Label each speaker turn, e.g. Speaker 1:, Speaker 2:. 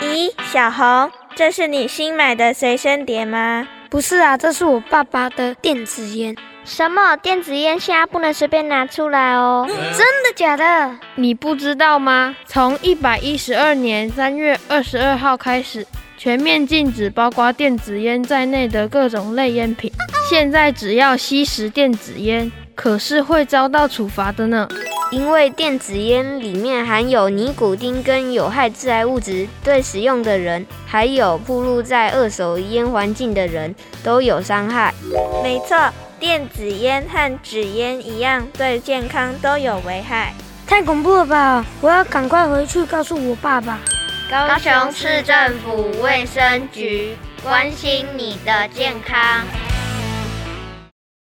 Speaker 1: 咦，小红，这是你新买的随身碟吗？
Speaker 2: 不是啊，这是我爸爸的电子烟。
Speaker 3: 什么电子烟现在不能随便拿出来哦？
Speaker 1: 嗯
Speaker 2: 真的假的？
Speaker 4: 你不知道吗？从一百一十二年三月二十二号开始，全面禁止包括电子烟在内的各种类烟品。现在只要吸食电子烟，可是会遭到处罚的呢。
Speaker 5: 因为电子烟里面含有尼古丁跟有害致癌物质，对使用的人还有暴露在二手烟环境的人都有伤害。
Speaker 1: 没错，电子烟和纸烟一样，对健康都有危害。
Speaker 2: 太恐怖了吧！我要赶快回去告诉我爸爸。
Speaker 6: 高雄市政府卫生局关心你的健康。